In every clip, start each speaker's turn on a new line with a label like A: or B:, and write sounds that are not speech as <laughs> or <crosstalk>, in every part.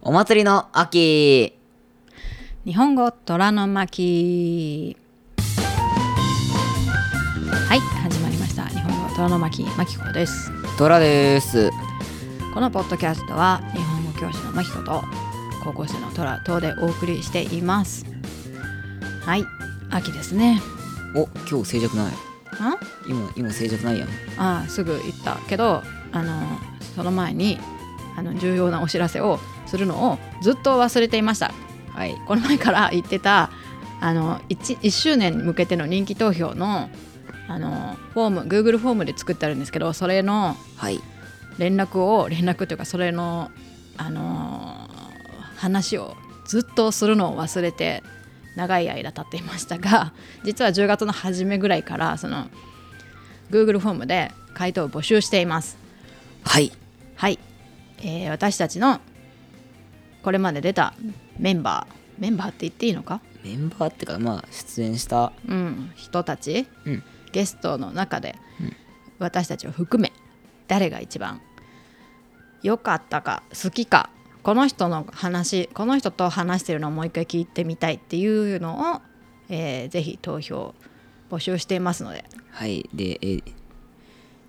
A: お祭りの秋
B: 日本語虎の巻はい始まりました日本語虎の巻巻子です
A: 虎です
B: このポッドキャストは日本語教師の巻子と高校生の虎等でお送りしていますはい秋ですねん
A: お今日静寂ない今今静寂ないやん
B: ああすぐ行ったけどあのその前にあの重要なお知らせをするのをずっと忘れていました
A: はい
B: この前から言ってたあの 1, 1周年に向けての人気投票のあのフォーム Google フォームで作ってあるんですけどそれの
A: はい
B: 連絡を連絡というかそれのあの話をずっとするのを忘れて長い間経っていましたが <laughs> 実は10月の初めぐらいからその Google フォームで回答を募集しています。
A: はい
B: はい、えー私たちのこれまで出たメンバーメンバーって言っていいのか
A: メンバーってかまあ出演した
B: うん、人たち、
A: うん
B: ゲストの中で、私たちを含め誰が一番良かったか好きかこの人の話この人と話してるのをもう一回聞いてみたいっていうのを、えーぜひ投票募集していますので
A: はいでえー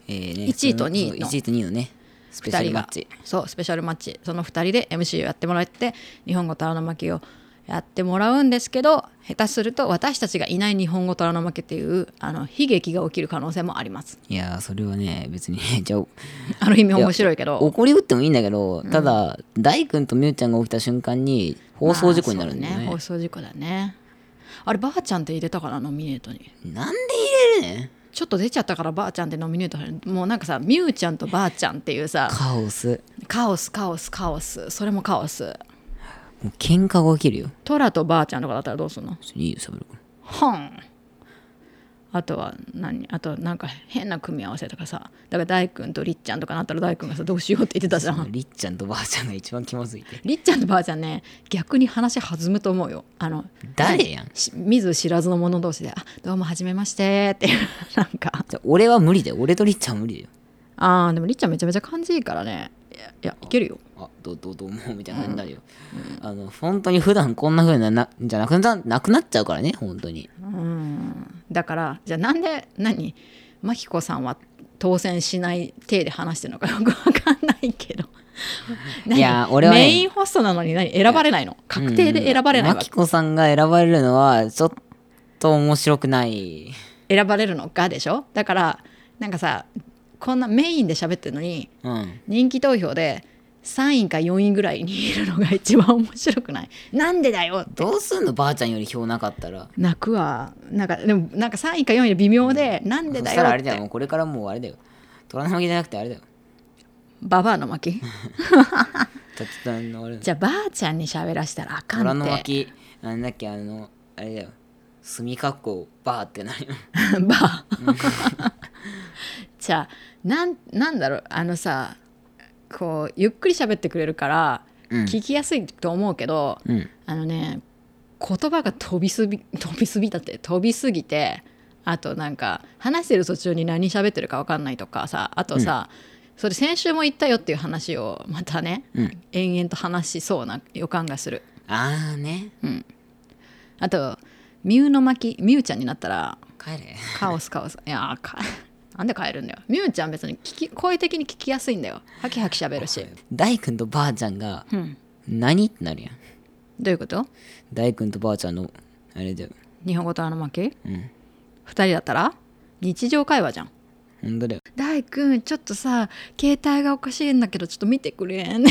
A: えーね
B: 一位
A: そ
B: と
A: の
B: 二位の
A: そう一位と2位のねスペシャ
B: 2
A: ル
B: 人
A: マッ
B: が
A: チ
B: そうスペシャルマッチその2人で MC をやってもらって日本語虎の巻きをやってもらうんですけど下手すると私たちがいない日本語虎の巻きっていうあの悲劇が起きる可能性もあります。
A: いやーそれはね別に <laughs> ねじゃあ
B: ある意味面白いけど
A: 怒り打ってもいいんだけど、ただ大君とみゆちゃんが起きた瞬間に放送事故になるんだよね,、
B: まあそう放送事故だねあればあちゃんって入れたからノミネートに
A: なんで入れるね
B: ちょっと出ちゃったからばあちゃんってノミネートされもうなんかさみゆちゃんとばあちゃんっていうさ
A: カオス
B: カオスカオスカオスそれもカオス
A: もう喧嘩が起きるよ
B: トラとばあちゃんとかだったらどうすんの
A: いいよ喋るから
B: はんあとは何あとなんか変な組み合わせとかさだから大君とりっちゃんとかなったら大君がさどうしようって言ってたじゃん
A: りっちゃんとばあちゃんが一番気まずいて
B: りっちゃんとばあちゃんね逆に話弾むと思うよあの
A: 誰やん
B: し見ず知らずの者同士で「あどうもはじめまして」って <laughs> いうなんか
A: じゃあ俺は無理だよ俺とりっちゃんは無理だよ
B: あーでもりっちゃんめちゃめちゃ感じいいからねいやいやいけるよ
A: あどどどうもみたいな感じになるよ、あの本当に普段こんな風ななじゃなくななくなっちゃうからね本当に
B: うんだからじゃあなんで何真紀子さんは当選しない体で話してるのかよくわかんないけ
A: <laughs>
B: ど何
A: いや俺はね
B: メインホストなのに何選ばれないの確定で選ばれない
A: マ
B: わ
A: キコさんが選ばれるのはちょっと面白くない
B: 選ばれるのがでしょだからなんかさこんなメインで喋ってるのに
A: うん
B: 人気投票で3位か4位ぐらいにいるのが一番面白くないなんでだよ
A: どうすんのばあちゃんより票なかったら
B: 泣くわなんかでもなんか3位か4位で微妙で、なんで
A: そ
B: だ
A: したらあ
B: よ
A: れ
B: っ
A: だよ
B: て
A: もうこれからもうあれだよ虎の巻じゃなくてあれだよ
B: ババアの巻
A: ちょっとあのあれだよ
B: じゃあばあちゃんに喋らしたらあか
A: 虎
B: ん
A: の
B: って
A: 巻なんだっけあのあれだよ墨かっこバーってなるよ
B: <laughs> ばあじゃあなんなんだろうあのさこうゆっくり喋ってくれるから
A: うん
B: 聞きやすいと思うけど、
A: うん
B: あのね言葉が飛びすぎ飛びすぎだって飛びすぎてあとなんか話してる途中に何喋ってるか分かんないとかさあとさ、それ先週も言ったよっていう話をまたね、
A: うん
B: 延々と話しそうな予感がする
A: ああね
B: あとミュウの巻ミュウちゃんになったら
A: 帰れ
B: カオスカオスいやーか <laughs> なんで変えるんだよミュウちゃん別に聞き声的に聞きやすいんだよハキハキ喋るし、
A: 大君とばあちゃんが
B: うん、
A: 何ってなるやん
B: どういうこと
A: 大君とばあちゃんのあれだよ
B: 日本語とあの巻
A: うん
B: 二人だったら日常会話じゃん
A: ほんとだよ
B: 大君ちょっとさ携帯がおかしいんだけどちょっと見てくれん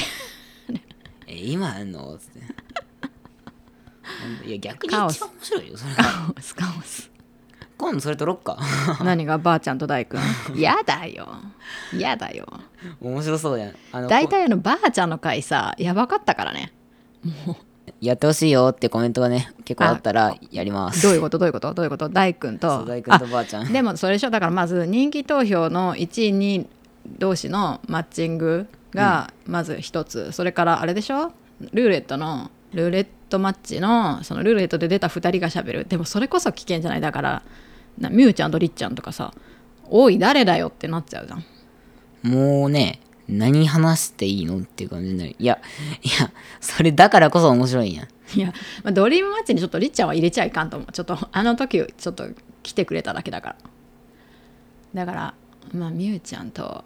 A: え今あんのつってほんといや逆に一
B: カ
A: 番
B: オ
A: 面
B: ス
A: 白いよそれ
B: カオスカオス
A: 今度それ撮ろっか <laughs>
B: 何がばあちゃんと大君やだよやだよ
A: 面白そうやんあの
B: 大
A: こ
B: 体あのばあちゃんの回さやばかったからね
A: やってほしいよってコメントがね結構あったらやります
B: どういうことどういうことどういうこと大君
A: そ
B: と
A: う大君とばあちゃ <laughs>
B: あ
A: ん
B: でもそれでしょだからまず人気投票の1位2位同士のマッチングがまず一つ、それからあれでしょルーレットのルーレットマッチのそのルーレットで出た2人がしゃべるでもそれこそ危険じゃないだからなみゆちゃんとりっちゃんとかさ「おい誰だよ」ってなっちゃうじゃん
A: もうね何話していいのっていう感じになるいやいやそれだからこそ面白いんや
B: いや、まあ、ドリームマッチにちょっとりっちゃんは入れちゃいかんと思うちょっとあの時ちょっと来てくれただけだからだからまあみゆちゃんと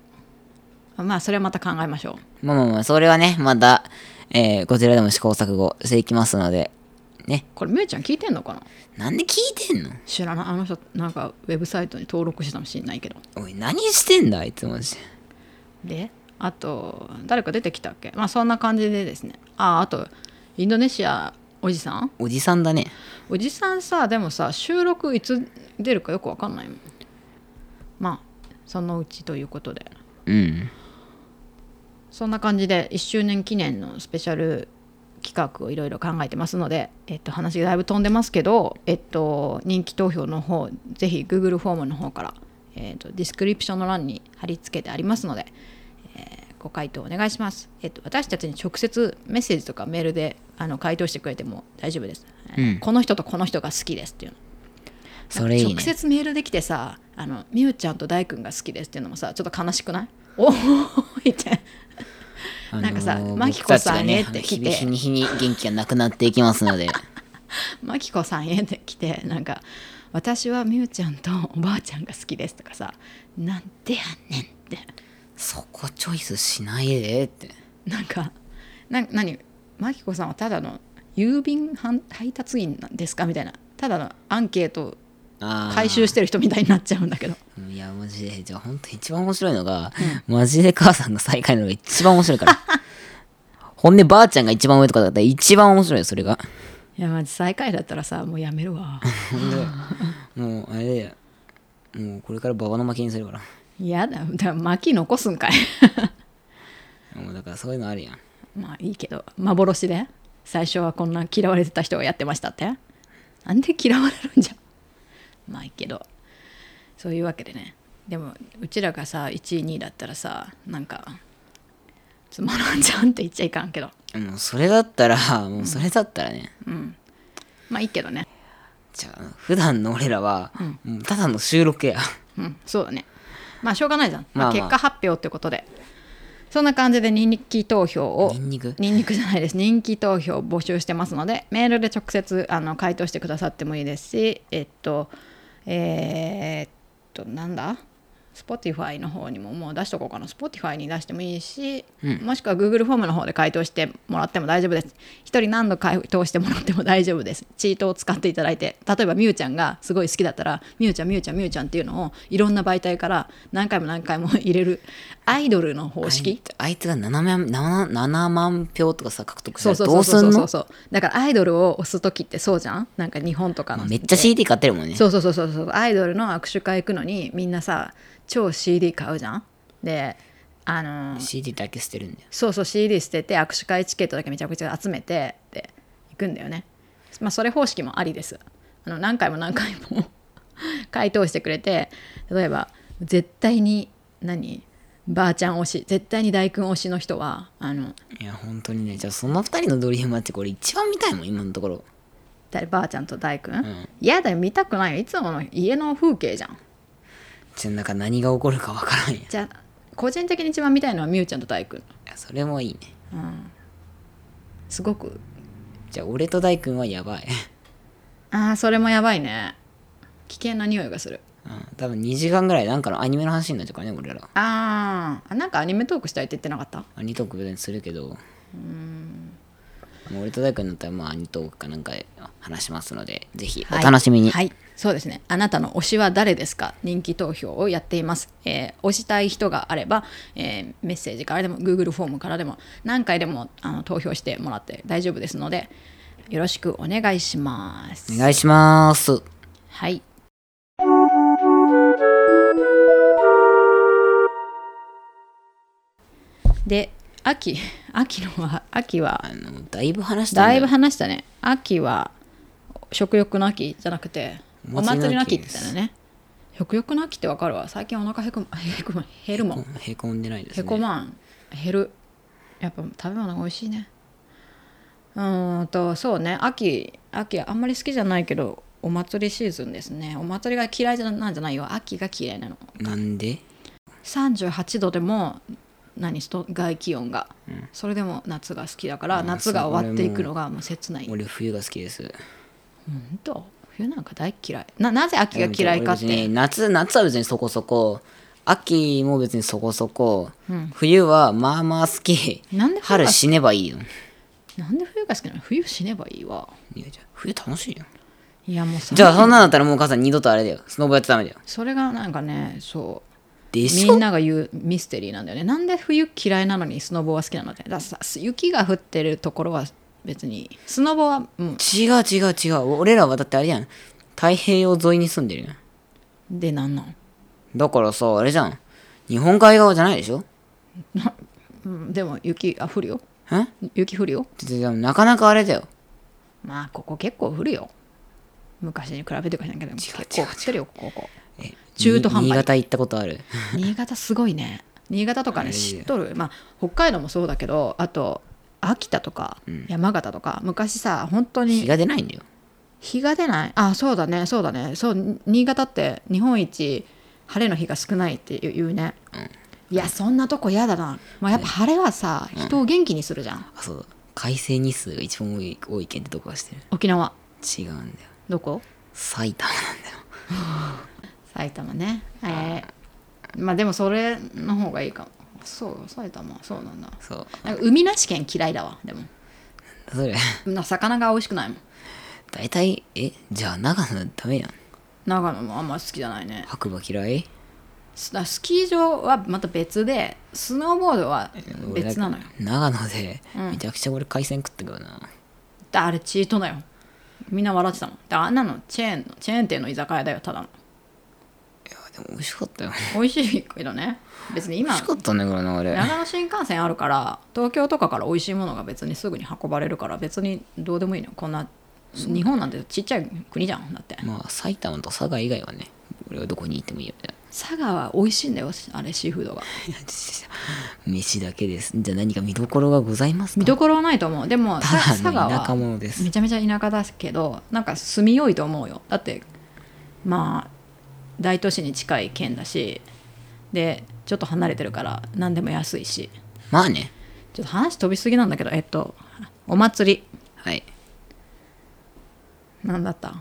B: まあそれはまた考えましょ
A: まあまあまあそれはねまた、えーこちらでも試行錯誤していきますのでね
B: うこれみゆちゃん聞いてんのかな
A: なんで聞いてんの
B: 知らないあの人なんかウェブサイトに登録してたの知んないけど
A: おい何してんだあいつマジで
B: であと誰か出てきたっけまあそんな感じでですねああとインドネシアおじさん
A: おじさんだね
B: おじさんさでもさ収録いつ出るかよくわかんないもんまあそのうちということで
A: うん
B: そんな感じで1周年記念のスペシャル企画をいろいろ考えてますので、えっと、話がだいぶ飛んでますけど、えっと、人気投票の方ぜひ Google フォームの方から、えっと、ディスクリプションの欄に貼り付けてありますので、えーご回答お願いします、えっと、私たちに直接メッセージとかメールであの回答してくれても大丈夫です、
A: うん
B: この人とこの人が好きですっていうの
A: それいいね
B: 直接メールできてさあのみゆちゃんと大君が好きですっていうのもさちょっと悲しくないおおいて
A: あのー
B: なんかさ
A: 僕
B: マキコさん
A: たちが
B: ねって来て
A: 日々日に日に元気がなくなっていきますので
B: マキコさんへって来てなんか「私はみゆちゃんとおばあちゃんが好きです」とかさ「なんでやねん」って <laughs>
A: そこチョイスしないでって
B: なんかな何マキコさんはただの郵便配配達員なんですかみたいなただのアンケート
A: あー
B: 回収してる人みたいになっちゃうんだけど
A: うんいやマジでじゃあ本当一番面白いのが、マジで母さんが最下位なのが一番面白い
B: <laughs>
A: からほんでばあちゃんが一番上とかだったら一番面白いよそれが
B: いやマジ最下位だったらさもうやめる <laughs> わ
A: ほんでもうあれだよもうこれからババの負けにするから
B: 嫌だだ <laughs> からマキ残すんかい
A: もうだからそういうのあるやん
B: まあいいけど幻で最初はこんな嫌われてた人がやってましたってなんで嫌われるんじゃまあいいけどそういうわけでねでもうちらがさ1位2位だったらさなんかつまらんじゃんって言っちゃいかんけど
A: もうそれだったらもうそれだったらね、
B: まあいいけどね
A: じゃあ普段の俺らは、もうただの収録や
B: うんそうだねまあしょうがないじゃん、まあ
A: まあまあ
B: 結果発表ってことでそんな感じで人気投票を
A: ニンニク
B: ニンニクじゃないです人気投票を募集してますのでメールで直接あの回答してくださってもいいですしえっとえーっとなんだ Spotify の方にももう出しとこうかな Spotify に出してもいいし、もしくは Google フォームの方で回答してもらっても大丈夫です一人何度回答してもらっても大丈夫ですチートを使っていただいて例えばみゆちゃんがすごい好きだったらみゆちゃんみゆちゃんみゆちゃんっていうのをいろんな媒体から何回も何回も入れるアイドルの方式
A: あいつが7万 7, 7万票とかさ獲得した
B: そう
A: ら
B: そう
A: ど
B: そう
A: うす
B: そ
A: んの
B: うそうそうだからアイドルを押す時ってそうじゃんなんか日本とかの、
A: まあめっちゃ CD 買ってるもんね
B: そうそうそうそうそうアイドルの握手会行くのにみんなさ超 CD 買うじゃんであの
A: CD だけ捨てるんだよ
B: そうそう CD 捨てて握手会チケットだけめちゃくちゃ集めてって行くんだよねまあそれ方式もありですあの何回も何回も <laughs> 回答してくれて例えば絶対に何ばあちゃん推し絶対に大君推しの人はあの
A: いや本当にねじゃあその2人のドリームマッチこれ一番見たいもん今のところ
B: 誰ばあちゃんと大君、
A: ん
B: いやだよ見たくないよいつもの家の風景じゃん
A: じゃあなんか何が起こるかわからんやい
B: じゃあ個人的に一番見たいのはみゆちゃんと大君
A: やそれもいいね
B: すごく
A: じゃあ俺と大君はやばい、
B: ああそれもやばいね危険な匂いがする
A: うん、多分2時間ぐらいなんかのアニメの話になっちゃうからね俺ら
B: あーあなんかアニメトークしたいって言ってなかった
A: アニトーク別にするけどもう俺と大君だったらまあアニトークかなんかで話しますのでぜひお楽しみに、
B: はい、はいそうですねあなたの推しは誰ですか人気投票をやっています、えー推したい人があれば、えーメッセージからでも Google フォームからでも何回でもあの投票してもらって大丈夫ですのでよろしくお願いします
A: お願いします
B: はい。で、秋、 <laughs> 秋のは、秋は、
A: あのだいぶ話したん
B: だ
A: だ
B: い
A: よ
B: ぶ話したね。秋は、食欲の秋じゃなくて、お
A: お祭りの秋
B: 祭りの秋って言ったのね。食欲の秋ってわかるわ。最近お腹へこむ、 <laughs> へこむ、減るもん。
A: へこんでないですね
B: へこまん減るやっぱ食べ物が美味しいねうーんとそうね秋秋あんまり好きじゃないけどお祭りシーズンですねお祭りが嫌いじゃなんじゃないよ秋が嫌いなの
A: なんで
B: 38度でも何スト外気温が、それでも夏が好きだから
A: うん
B: 夏が終わっていくのがもう切ない
A: 俺冬が好きです
B: 本当冬なんか大嫌いななぜ秋が嫌いかっ
A: 俺別に
B: て
A: 夏夏は別にそこそこ秋も別にそこそこ、冬はまあまあ好き
B: なんで冬が
A: 春死ねばいいよ
B: なんで冬が好きなの冬死ねばいいわ
A: いやじゃあ冬楽しいよ
B: いやもうさ
A: じゃあそんなんだったらもうお母さん二度とあれだよスノボやってダメだよ
B: それがなんかねそう
A: でし
B: みん
A: ょ
B: なが言うミステリーなんだよねなんで冬嫌いなのにスノボは好きなのってだからさ雪が降ってるところは別にスノボはもう
A: 違う違う違う俺らはだってあれやん太平洋沿いに住んでるやん
B: でなんなん、
A: だからさあれじゃん日本海側じゃないでしょ
B: うん、でも雪あ降るよ
A: え
B: 雪降るよ
A: ででもなかなかあれだよ
B: まあここ結構降るよ昔に比べてかしないけど結構降ってるよここここ中途半
A: に新
B: 端
A: 潟行ったことある
B: に新潟すごいね新潟とかね知っとるまあ北海道もそうだけどあと秋田とか山形とか、昔さ本当に
A: 日が出ないんだよ
B: 日が出ないあそうだねそうだねそうに新潟って日本一晴れの日が少ないって言うね、いやそんなとこ嫌だな、まあ、やっぱ晴れはさ、人を元気にするじゃん
A: あそうだ改正日数が一番多い多い県ってどこかしてる
B: 沖縄
A: 違うんだよ
B: どこ
A: 埼玉なんだよ
B: 埼玉ねえーまあでもそれの方がいいかもそう埼玉そうなんだ
A: そう
B: なんか海なし県嫌いだわでも
A: それ
B: な魚が美味しくないもん
A: 大体えじゃあ長野ダメやん
B: 長野もあんま好きじゃないね
A: 白馬嫌い
B: ススキー場はまた別でスノーボードは別なのよ
A: 俺長野でめちゃくちゃ俺海鮮食ったからな、
B: だあれチートだよみんな笑ってたもんだあんなのチェーンのチェーン店の居酒屋だよただの
A: でも美味しかったよ
B: 美味しいけどね別に
A: 美
B: 今
A: 味しかったんだからなあれ
B: 長野新幹線あるから東京とかから美味しいものが別にすぐに運ばれるから別にどうでもいいのよこんな日本なんてちっちゃい国じゃんだって
A: まあ埼玉と佐賀以外はね俺はどこに行ってもいいよみたい
B: 佐賀は美味しいんだよあれシーフードが
A: な <laughs> 飯だけですじゃあ何か見どころがございますか
B: 見どころはないと思うでもさ佐
A: ただ
B: 賀
A: の田舎
B: は
A: 者です
B: めちゃめちゃ田舎だけどなんか住みよいと思うよだってまあ大都市に近い県だしでちょっと離れてるから何でも安いし
A: まあね
B: ちょっと話飛びすぎなんだけどえっとお祭
A: はい
B: りなんだった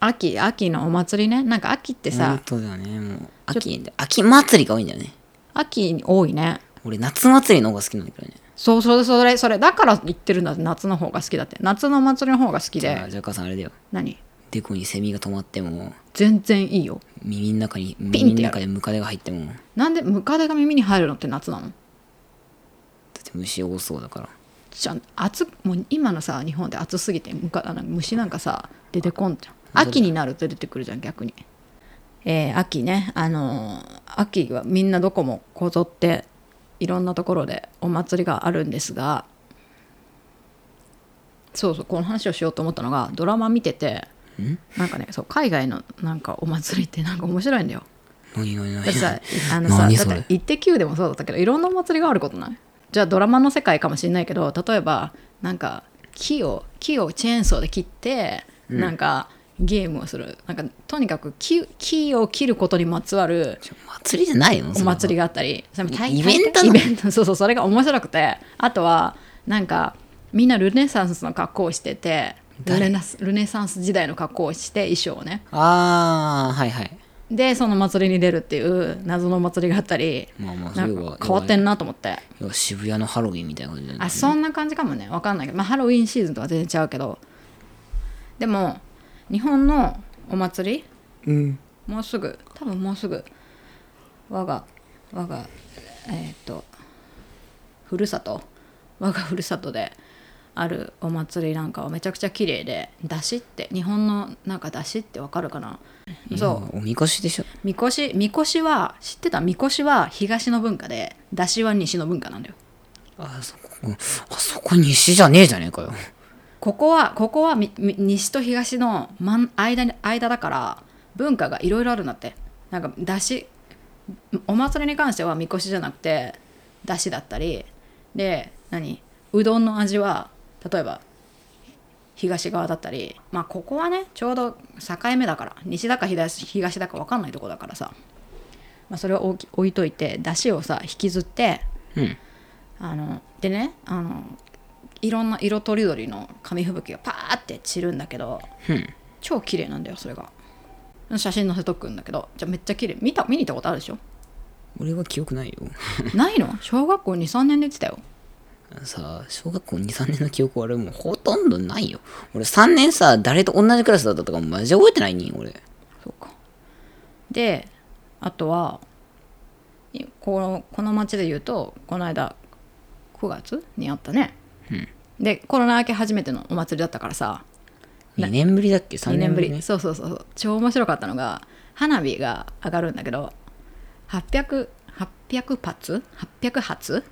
B: 秋秋のお祭りねなんか秋って
A: 本
B: さ
A: 当だよねもう秋秋祭りが多いんだよね
B: 秋に多いね
A: 俺夏祭りの方が好きなんだけどね
B: そうそうそれそれだから言ってるんだ夏の方が好きだって夏のお祭りの方が好き
A: じゃ
B: で
A: あじゃあ母さんあれだよ
B: 何
A: デコにセミが止まっても
B: 全然いいよ
A: 耳の中に
B: ピ
A: 耳
B: ンっ
A: の
B: てやる
A: 中でムカデが入ってもだ
B: なんでムカデが耳に入るのって夏なの
A: って虫多そうだから
B: じゃあ暑もう今のさ日本で暑すぎてむかあの虫なんかさ出てこんじゃん秋になると出てくるじゃん逆にえー秋ねあのー秋はみんなどこもこぞっていろんなところでお祭りがあるんですがそうそうこの話をしようと思ったのがドラマ見ててなんかねそう海外のなんかお祭りってなんか面白いんだよ
A: 何何何
B: だって
A: <laughs>
B: さあのさ
A: 何
B: だっ
A: それ
B: て「イッテ Q!」でもそうだったけどいろんなお祭りがあることないじゃあドラマの世界かもしれないけど例えばなんか木を木をチェーンソーで切って、なんかゲームをするなんかとにかく木木を切ることにまつわる
A: 祭りじゃないの
B: お祭り
A: り
B: があったりそれも大会
A: イベントな
B: イ
A: の
B: ベント <laughs> そうそうそれが面白くてあとはなんかみんなルネサンスの格好をしててルネナスルネサンス時代の格好をして衣装をね
A: ああはいはい
B: でその祭りに出るっていう謎の祭りがあったり
A: まあまあそ
B: な
A: れ
B: ん
A: は
B: か変わってんなと思って
A: いや渋谷のハロウィンみたいな感じだよね
B: あそんな感じかもねわかんないけど、まあ、ハロウィンシーズンとは全然違うけどでも日本のお祭り
A: うん
B: もうすぐ多分もうすぐ我が我がえーっとふるさと我がふるさとであるお祭りなんかはめちゃくちゃ綺麗で出汁って日本のなんか出汁ってわかるかなそう
A: うおみこしでしょ
B: みこしみこしは知ってたみこしは東の文化で出汁は西の文化なんだよ
A: あそこあそこ西じゃねえじゃねえかよ
B: ここはここはみみ西と東の真ん間に間だから文化がいろいろあるんだってなんか出汁お祭りに関してはみこしじゃなくて出汁だったりで何うどんの味は例えば東側だったりまあここはねちょうど境目だから西だか東東だか分かんないとこだからさ、まあ、それを置き置いといて出汁をさ引きずって
A: うん
B: あのでねあのいろんな色とりどりの紙吹雪がパーって散るんだけど
A: うん
B: 超綺麗なんだよそれが写真載せとくんだけどじゃあめっちゃ綺麗見た見に行ったことあるでしょ <laughs>
A: 俺は記憶ないよ
B: ないの小学校23年で言ってたよ
A: さあ小学校23年の記憶は俺もうほとんどないよ俺3年さ誰と同じクラスだったとかマジ覚えてないに俺
B: そうかであとはいこのこの町で言うとこの間9月にあったね、でコロナ明け初めてのお祭りだったからさ
A: 2年ぶりだっけ3
B: 2年
A: 年
B: ぶ
A: ぶ
B: り
A: りね
B: そうそうそうそう超面白かったのが花火が上がるんだけど800 800発800発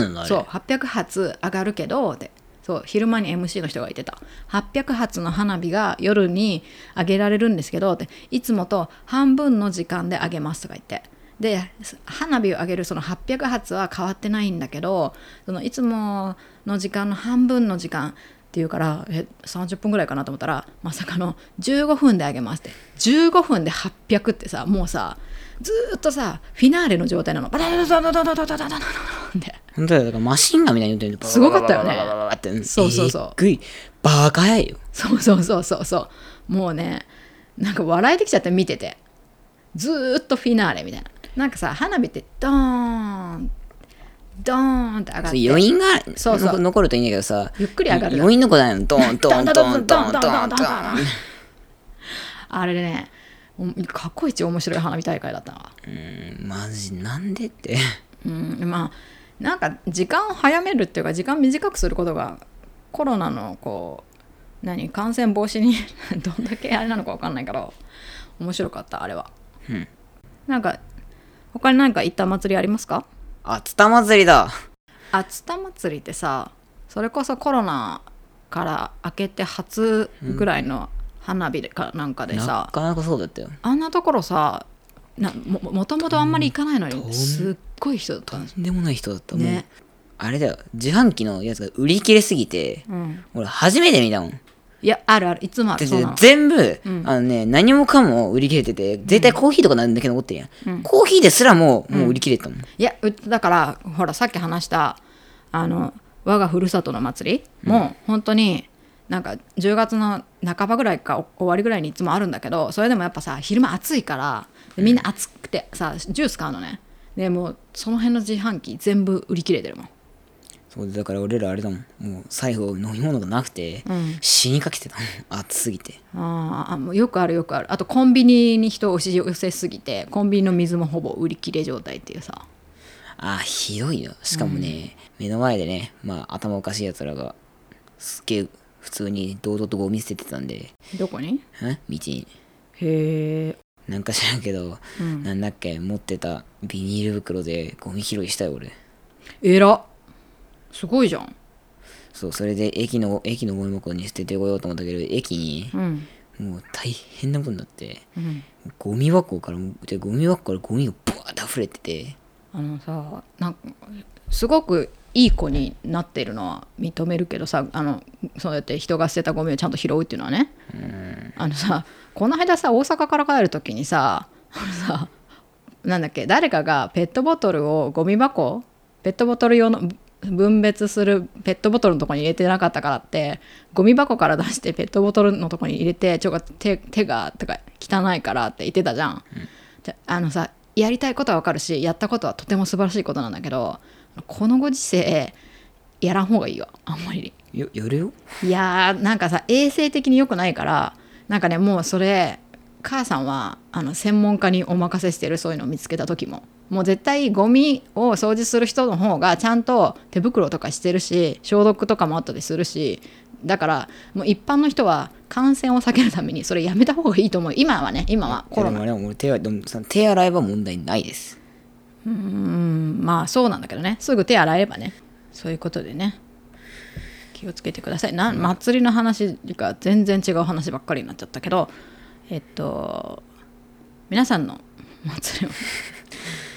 A: なんだあれ
B: そう800発上がるけどってそう昼間に MC の人が言ってた800発の花火が夜に上げられるんですけどっていつもと半分の時間で上げますとか言ってで花火を上げるその800発は変わってないんだけどそのいつもの時間の半分の時間っていうからえ30分ぐらいかなと思ったらまさかの15分で上げますって15分で800ってさもうさずーっとさフィナーレの状態なのバタバタバタバタバタバタバタバタって。
A: 本当だよだからマシンガンみたいに言ってる
B: すごかったよね
A: バババババババって
B: そうそうそう
A: えっぐいバカやよ
B: そうそうそうそうそうもうねなんか笑えてきちゃって見ててずーっとフィナーレみたいななんかさ花火ってドーンドーンって上がっ
A: そう
B: て
A: 余韻が
B: そうそう
A: の残るといいんだけどさ
B: ゆっくり上がる
A: 余韻のことないのドンドンドンドンドンドンドン
B: あれね過去一面白い花火大会だったわ
A: うんマジなんでって
B: うんまあなんか時間を早めるっていうか時間短くすることがコロナのこう何感染防止に <laughs> どんだけあれなのか分かんないけど面白かったあれは、
A: うん
B: なんか他に何か行った祭りありますか
A: あつた祭りだ
B: あつた祭りってさそれこそコロナから明けて初ぐらいの花火でかなんかで
A: な
B: さ、
A: かなかそうだったよ
B: あんなところさなももともとあんまり行かないの
A: う
B: に
A: ん
B: すっごい人だったんです
A: とんでもない人だったもう
B: ね
A: あれだよ自販機のやつが売り切れすぎて
B: うん、
A: 俺初めて見たもん
B: いやあるあるいつもあ
A: だ
B: る
A: っ
B: そう
A: て
B: なの
A: 全部、
B: うん
A: あのね何もかも売り切れてて絶対コーヒーとかなんだけ残ってるやん、
B: うん
A: コーヒーですらもうもう売り切れてたもん、
B: いやうだからほらさっき話したあの我がふるさとの祭りもう本当になんか10月の半ばぐらいかお終わりぐらいにいつもあるんだけどそれでもやっぱさ昼間暑いからでみんな暑くてさジュース買うのねでもうその辺の自販機全部売り切れてるもん
A: そうだから俺らあれだもんもう財布飲み物がなくて、
B: うん
A: 死にかけてたもん暑すぎて
B: あーあもうよくあるよくあるあとコンビニに人を押し寄せすぎてコンビニの水もほぼ売り切れ状態っていうさ
A: あーひどいよしかもね、目の前でねまあ頭おかしいやつらがすっげえ普通に堂々とゴミ捨ててたんで
B: どこに
A: ん道に
B: へえ
A: なんか知らんけど、
B: うん
A: なんだっけ持ってたビニール袋でゴミ拾いしたよ俺
B: えらすごいじゃん
A: そうそれで駅の駅のゴミ箱に捨ててこようと思ったけど駅に
B: うん
A: もう大変なことになって
B: うん
A: ゴミ箱からでゴミ箱からゴミがブワーって溢れてて
B: あのさなんかすごくいい子になってるのは認めるけどさあのそうやって人が捨てたゴミをちゃんと拾うっていうのはねあのさこの間さ大阪から帰る時にさあのさなんだっけ誰かがペットボトルをゴミ箱ペットボトル用の分別するペットボトルのとこに入れてなかったからってゴミ箱から出してペットボトルのとこに入れてちょっと手手がとか汚いからって言ってたじゃん。であのさやりたいことはわかるしやったことはとても素晴らしいことなんだけどこのご時世やらん方がいいよあんまり。
A: よやるよ
B: いやーなんかさ衛生的に良くないからなんかねもうそれ母さんはあの専門家にお任せしてるそういうのを見つけた時ももう絶対ゴミを掃除する人の方がちゃんと手袋とかしてるし消毒とかも後でするしだからもう一般の人は感染を避けるためにそれやめた方がいいと思う今はね今はコロ
A: い
B: ナ
A: やでもあれ俺手はでもさ手洗えば問題ないです
B: うんまあそうなんだけどねすぐ手洗えばねそういうことでね気をつけてくださいな祭りの話が全然違う話ばっかりになっちゃったけどえっと皆さんの祭り <laughs> は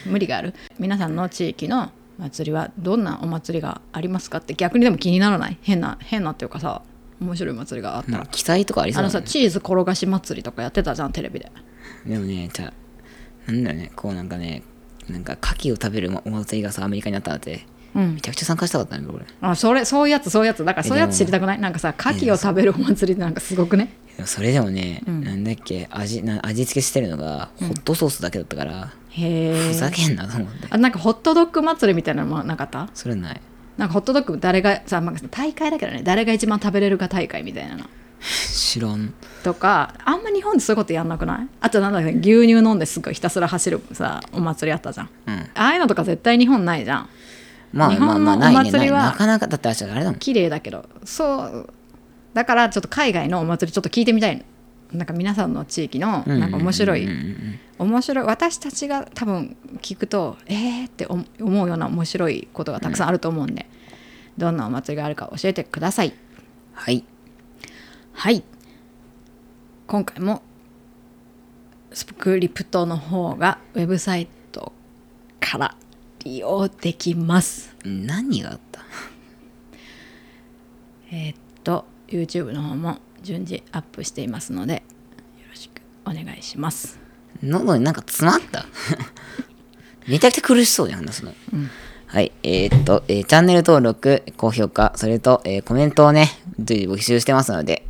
B: 無理がある皆さんの地域の祭りはどんなお祭りがありますかって逆にでも気にならない変な変なっていうかさ面白い祭りがあった
A: なん
B: ら
A: か期待とかありそ
B: あ
A: う
B: の
A: だ
B: さ
A: ね
B: チーズ転がし祭りとかやってたじゃんテレビで
A: でもねじゃあなんだろうねこうなんかねなんか牡蠣を食べるお祭りがさアメリカにあったんだって
B: うん
A: めちゃくちゃ参加したかったね俺で
B: あそれそういうやつそういうやつだから
A: え
B: そういうやつ知りたくないなんかさ牡蠣を食べるお祭りってなんかすごくね
A: もそれでもね、
B: うん
A: なんだっけ味な味付けしてるのがホットソースだけだったから、
B: へ
A: ふざ
B: え
A: けんなと思って
B: あなんかホットドッグ祭りみたいなのもなかった
A: それない
B: なんかホットドッグ誰がさ、まあ、大会だけどね誰が一番食べれるか大会みたいなの
A: 知らん
B: とかあんま日本でそういうことやんなくないあとなんだっけ牛乳飲んですごいひたすら走るさお祭りあったじゃん
A: うん
B: ああいうのとか絶対日本ないじゃん
A: まあ
B: 日
A: まあ
B: 本の
A: まあない
B: お
A: ね
B: 祭
A: な
B: り
A: い
B: は
A: なかなかだってあれだもん
B: 綺麗だけどそうだからちょっと海外のお祭りちょっと聞いてみたいのなんか皆さんの地域の
A: うん
B: なんか面白い、
A: うんうんうん
B: 面白い私たちが多分聞くとえーって思うような面白いことがたくさんあると思うんで、どんなお祭りがあるか教えてください
A: はい
B: はい今回もスクリプトの方がウェブサイトから利用できます
A: 何があった
B: えーっと YouTube の方も順次アップしていますのでよろしくお願いします
A: 喉になんか詰まった <laughs> めちゃくちゃ苦しそうじゃん話すの、はいえーっと、えーチャンネル登録高評価それと、えーコメントをね随時募集してますので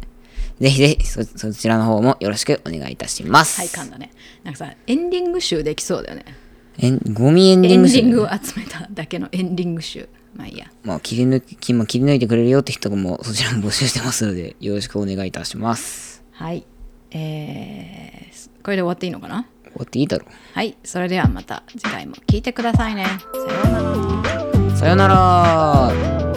A: ぜひぜひそそちらの方もよろしくお願いいたします
B: はい噛んだねなんかさエンディング集できそうだよね
A: えんゴミエンデ
B: エ
A: ィン
B: ン
A: グ
B: デ
A: 集
B: ィングを集めただけのエンディング集まあいいや
A: まあ切り抜き、まあ、切り抜いてくれるよって人もそちらも募集してますのでよろしくお願いいたします
B: はいえー、これで終わっていいのかな
A: 終わっていいだろ
B: はいそれではまた次回も聞いてくださいねさようなら
A: うさよなら